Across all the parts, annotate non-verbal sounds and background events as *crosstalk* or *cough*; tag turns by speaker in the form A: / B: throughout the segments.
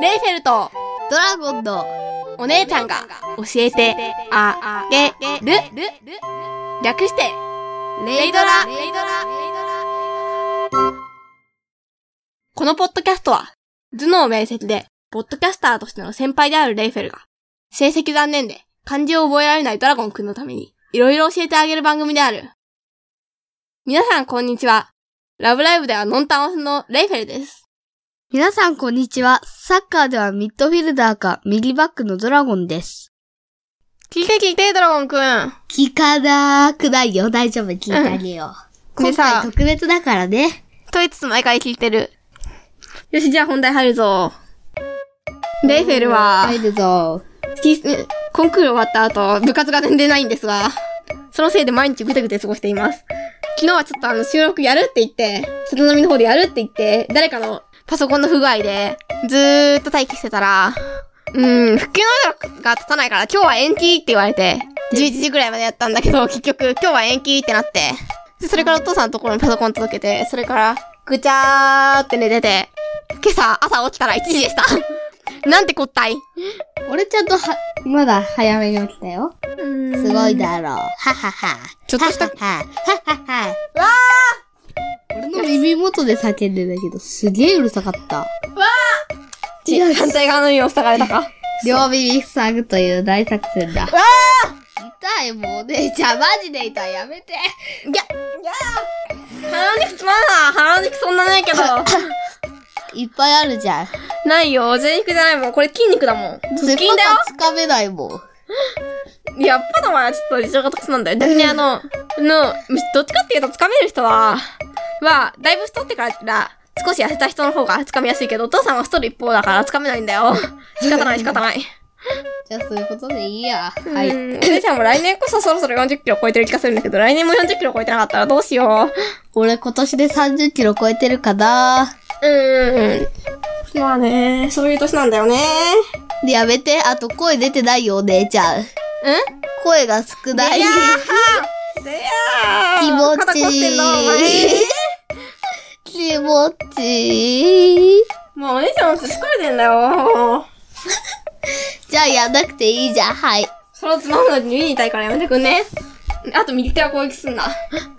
A: レイフェルト、
B: ドラゴンの
A: お姉ちゃんが教えてあげる。略して、
B: レイドラレイドラ
A: このポッドキャストは、頭脳面積で、ポッドキャスターとしての先輩であるレイフェルが、成績残念で漢字を覚えられないドラゴンくんのために、いろいろ教えてあげる番組である。皆さんこんにちは。ラブライブではノンタンオスのレイフェルです。
B: 皆さんこんにちは。サッカーではミッドフィルダーか右バックのドラゴンです。
A: 聞いて聞いて、ドラゴンくん。
B: 聞かなくないよ。大丈夫。聞いてあげよう。
A: うん
B: 今
A: でさ
B: 回特別だからね。
A: と言いつつ毎回聞いてる。よし、じゃあ本題入るぞ。レイフェルは、
B: 入るぞ。
A: きうんコンクール終わった後、部活が全然ないんですが、そのせいで毎日ぐてぐて過ごしています。昨日はちょっとあの収録やるって言って、外波の方でやるって言って、誰かのパソコンの不具合で、ずーっと待機してたら、うーん、復旧のめどが立たないから、今日は延期って言われて、11時ぐらいまでやったんだけど、結局、今日は延期ってなって、でそれからお父さんのところにパソコン届けて、それから、ぐちゃーって寝てて、今朝、朝起きたら1時でした。 *laughs* なんてこったい。
B: 俺ちゃんとは、まだ早めに起きたよ。すごいだろう。ははは。
A: ちょっとした
B: ははは。ははは。わあ俺の耳元で叫んでたけど、すげえうるさかった。
A: ち
B: よし
A: 反対側の耳を塞がれたか
B: 両耳塞ぐという大作戦だ。わあ痛い、もうお姉ちゃん、マジで痛い、やめて。
A: いや、いや鼻肉つまんな鼻肉そんなないけど。
B: いっぱいあるじゃん。
A: *laughs* ないよ、全肉じゃないもん。これ筋肉だもん。
B: ず
A: ズ
B: っ
A: ッ
B: と
A: キンだ
B: つかめないもん。
A: よ。やっぱのはちょっと事情が特殊なんだよ。逆にあの、の、どっちかっていうと掴める人は、は、だいぶ太ってから、少し痩せた人の方が掴みやすいけど、お父さんは太る一方だから掴めないんだ *laughs* よ。仕方ない仕方ない。
B: じゃあ、そういうことでいいや。は。
A: はいい。お姉ちゃんも来年こそそろそろ40キロ超えてる気がするんだけど、来年も40キロ超えてなかったらどうしよう。
B: 俺今年で30キロ超えてるかな。
A: うん。まあね、そういう年なんだよね。
B: で、やめて。あと声出てないよ、お姉ちゃん。
A: うん
B: 声が少ない。
A: いや
B: 気持ちいい。気持ちいい。
A: もうお姉ちゃんも疲れてんだよ。
B: じゃあやんなくていいじゃん。はい。
A: そのつまむのに耳に痛いからやめてくんね。あと右手は攻撃すんな。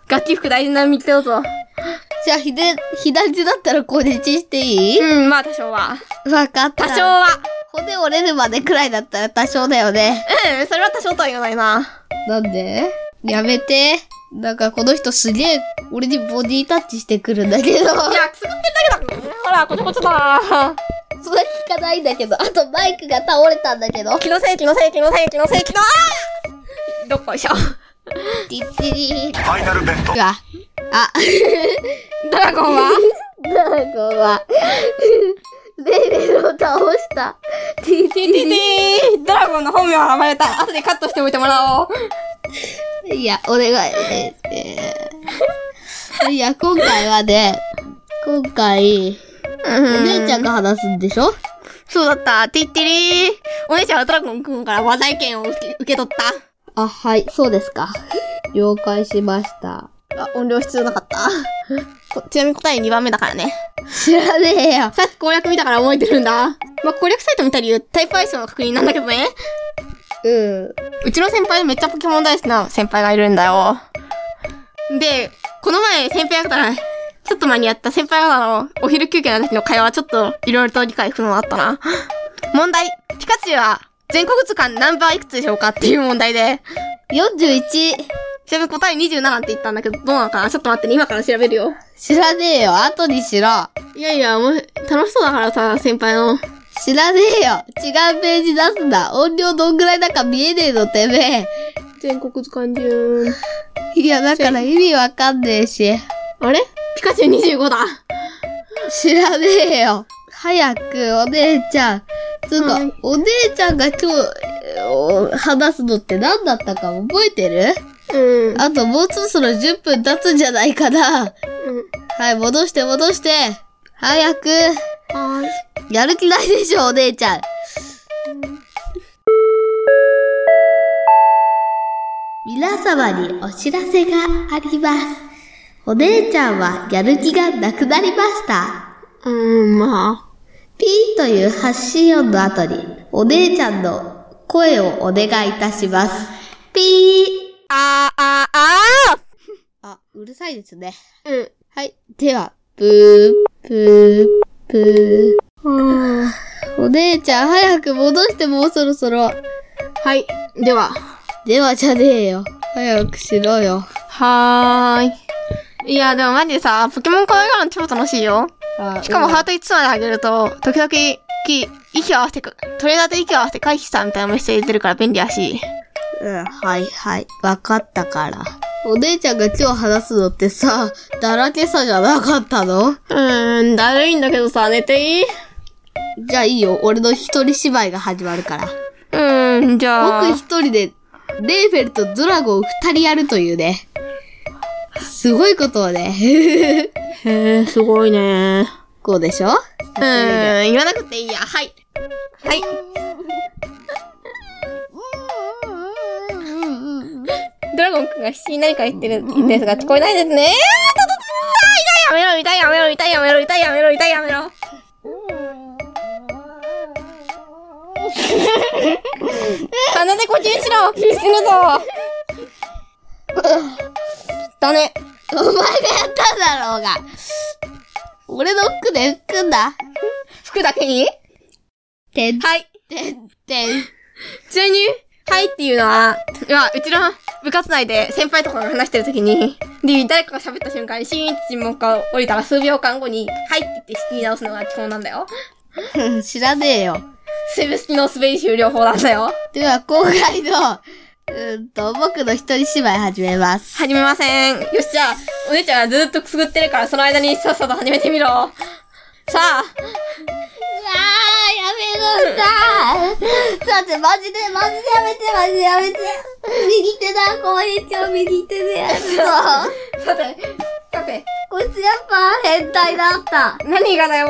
A: 楽器服大事な右手だぞ。
B: じゃあ、ひで、左手だったら攻撃していい
A: うん、まあ多少は。
B: わかった。
A: 多少は。
B: 骨折れるまでくらいだったら多少だよね。
A: うん、それは多少とは言わないな。
B: なんでやめて。なんかこの人すげえ、俺にボディタッチしてくるんだけど。
A: いや、くすぐってるだけだもん。ほら、こちょこちょだ。
B: それ聞かないんだけど。あとマイクが倒れたんだけど。
A: 気のせい、気のせい、気のせい、気のせい、気のあーどっこいしょ。
B: ティッティリ
C: ファイナルベッド
B: ー。うわ。あ、
A: ドラゴンは
B: ドラゴンは、レイレルを倒した。ティッティ
A: ティティドラゴンの本名は暴れた。後でカットしておいてもらおう。
B: リいや、お願い。えーいや、今回はね、今回、
A: う
B: お姉ちゃんが話すんでしょ
A: そうだった。てってれー。お姉ちゃんはドラゴンくんから話題権を受け受け取っ
B: あ、はい、そうですか。了解しました。
A: た。あ、音量必要なかった。こちなみに答え2番目だからね。
B: 知らねえよ。
A: さっき攻略見たから覚えてるんだ。まあ、攻略サイト見た理由、タイプ相性の確認なんだけどね。
B: うん。
A: うちの先輩でめっちゃポケモン大好きな先輩がいるんだよ。で、この前先輩方が、ちょっと前にやった先輩方のお昼休憩の時の会話はちょっといろいろと理解不能だったな。問題。ピカチュウは全国図鑑ナンバーいくつでしょうかっていう問題で、
B: 41。
A: ちなみに答え27って言ったんだけど、どうなのかなちょっと待ってね、今から調べるよ。
B: 知らねえよ。後にしろ。
A: いやいや、もう、楽しそうだからさ、先輩の。
B: 知らねえよ。違うページ出すな。音量どんぐらいなんか見えねえの、てめ
A: 全国図鑑順。
B: え。いや、だから意味わかんねえし。
A: あれピカチュウ25だ。
B: 知らねえよ。早く、お姉ちゃん。つうか、
A: はい
B: お姉ちゃんが今日えーお、話すのって何だったか覚えてる
A: うん。
B: あともうそろそろ10分経つんじゃないかな。はい、戻して戻して。早く。
A: うん。はーい。
B: やる気ないでしょ、お姉ちゃん。皆様にお知らせがあります。お姉ちゃんはやる気がなくなりました。
A: うーん、まあ。
B: という発信音の後に、お姉ちゃんの声をお願いいたします。ピー
A: あーあーあ
B: あ、うるさいですね。
A: ーうん。
B: はい。では、ブー、ブー、ブー。はあ、お姉ちゃん早く戻してもうそろそろ。
A: はい。では。
B: ではじゃねえよ。早くしろよ。
A: はーい。いや、でもマジでさ、ポケモン可愛がるの超楽しいよ。
B: あ
A: しかも
B: うん
A: ハート1つまで上げると、時々、き息を合わせてく、トレーダーと息を合わせて回避したみたいなメッセージ出るから便利やし。
B: うん、はいはい。わかったから。お姉ちゃんが今日話すのってさ、だらけさじゃなかったの
A: うーん、だるいんだけどさ、寝ていいう
B: じゃあいいよ。俺の一人芝居が始まるから。
A: ーん、じゃあ。
B: 僕一人で、レーフェルとドラゴンを二人やるというね。すごいことをね。 *laughs*
A: へえ、すごいね。
B: こうでしょ
A: うーん、言わなくていいや。はい。はい。ドラゴンくんが必死に何か言ってるんですが、聞こえないですね。痛いやめろ、痛いやめろ、痛いやめろ、痛いやめろ、痛いやめろ。鼻で呼吸しろ死ぬぞだね。
B: お前がやったんだろうが。俺の服で吹くんだ。
A: 服だけに
B: てん
A: はい。
B: てんてん。
A: ちなみに、はいっていうのは、まあ、うちの部活内で先輩とかが話してるときに、で、誰かが喋った瞬間にシーンって沈黙が降りたら数秒間後に、はいって言って仕切り直すのが基本なんだよ。
B: 知らねえよ。
A: セブ式の滑り終了法なんだよ。
B: では、今回の、うーんと、僕の一人芝居始めます。
A: 始めません。よし、じゃあ、お姉ちゃんがずっとくすぐってるから、その間にさっさと始めてみろ。さあ、
B: あー、やめろさだって、マジで、マジでやめて、マジでやめて。右手だ、こういう今日右手でやると。
A: さて、さて、
B: こいつやっぱ変態だった。
A: 何がだよ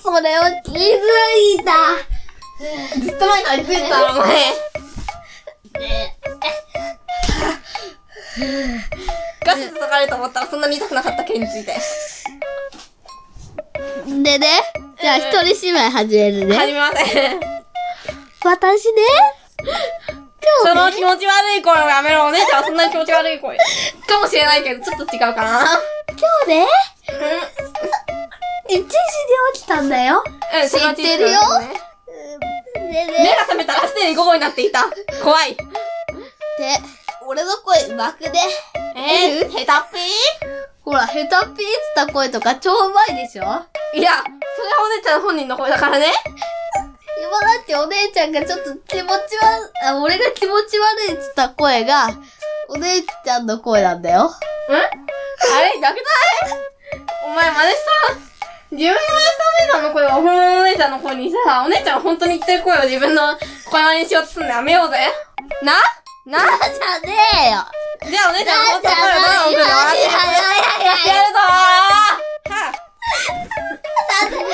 B: それを気づいた。
A: ずっと前から言ってたろ、お前。ガスで叩かれると思ったらそんなに痛くなかった件について。
B: でね、じゃあ一人芝居始めるね。
A: 始めません。
B: 私ね、
A: その気持ち悪い声をやめろ。お姉ちゃんはそんなに気持ち悪い声。かもしれないけど、ちょっと違うかな。
B: 今日ね、
A: う
B: 一時に起きたんだ
A: ん。
B: よ。
A: うん、そのうちに
B: 知ってるよで
A: 目
B: ね、
A: が覚めたらすでに午後になっていた。怖い。
B: で、俺の声うまくね。
A: えー、ヘタッピ
B: ほら、ヘタピーった声とか超うまいでしょ
A: ーいや、それはお姉ちゃん本人の声だからね。
B: 今だってお姉ちゃんがちょっと気持ち悪あ、俺が気持ち悪いっつった声が、お姉ちゃんの声なんだ
A: ん
B: よ。
A: あれ逆だいお前真似した自分の真似したお姉ちゃんの声は本物のお姉ちゃんの声にしてさ、お姉ちゃんは本当に言ってる声を自分の声真似しようとすんのやめようぜ。なな
B: あじゃねえよ
A: じゃあお姉ちゃんの
B: あ
A: 本
B: じ
A: 当の声をどう送るの笑ってやってやるぞーはあ
B: だって、だっ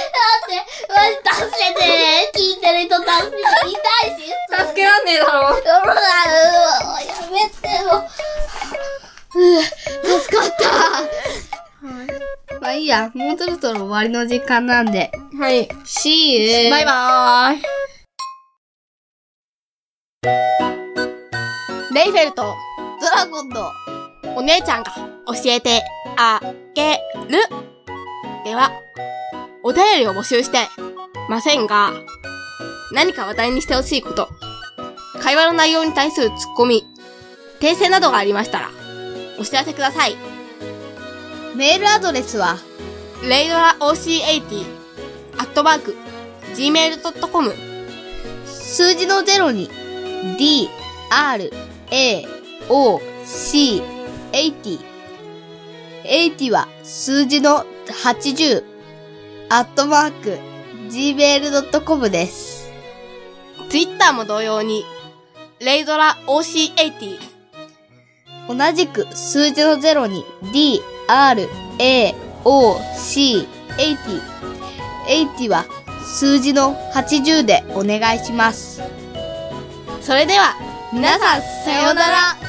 B: て、マジ助けて聞いてる人助けていたいし。
A: 助けらんねえだろ。
B: けろやめてよ。うう助かった。まあいいや、もうそろそろ終わりの時間なんで。
A: はい。
B: See you!
A: バイバーイ。レイフェルト、
B: ドラゴンの
A: お姉ちゃんが教えてあげる。では、お便りを募集してませんが、何か話題にしてほしいこと、会話の内容に対するツッコミ、訂正などがありましたら、お知らせください。
B: メールアドレスは、
A: レイドラ OC80、アットマーク、gmail.com、
B: 数字の0に、d, r, a, o, c, 80。80は数字の80、アットマーク、gmail.com です。
A: ツイッターも同様に、レイドラ OC80、
B: 同じく数字の0に D, R, A, O, C, 80。80は数字の80でお願いします。
A: それでは、
B: 皆さん、さようなら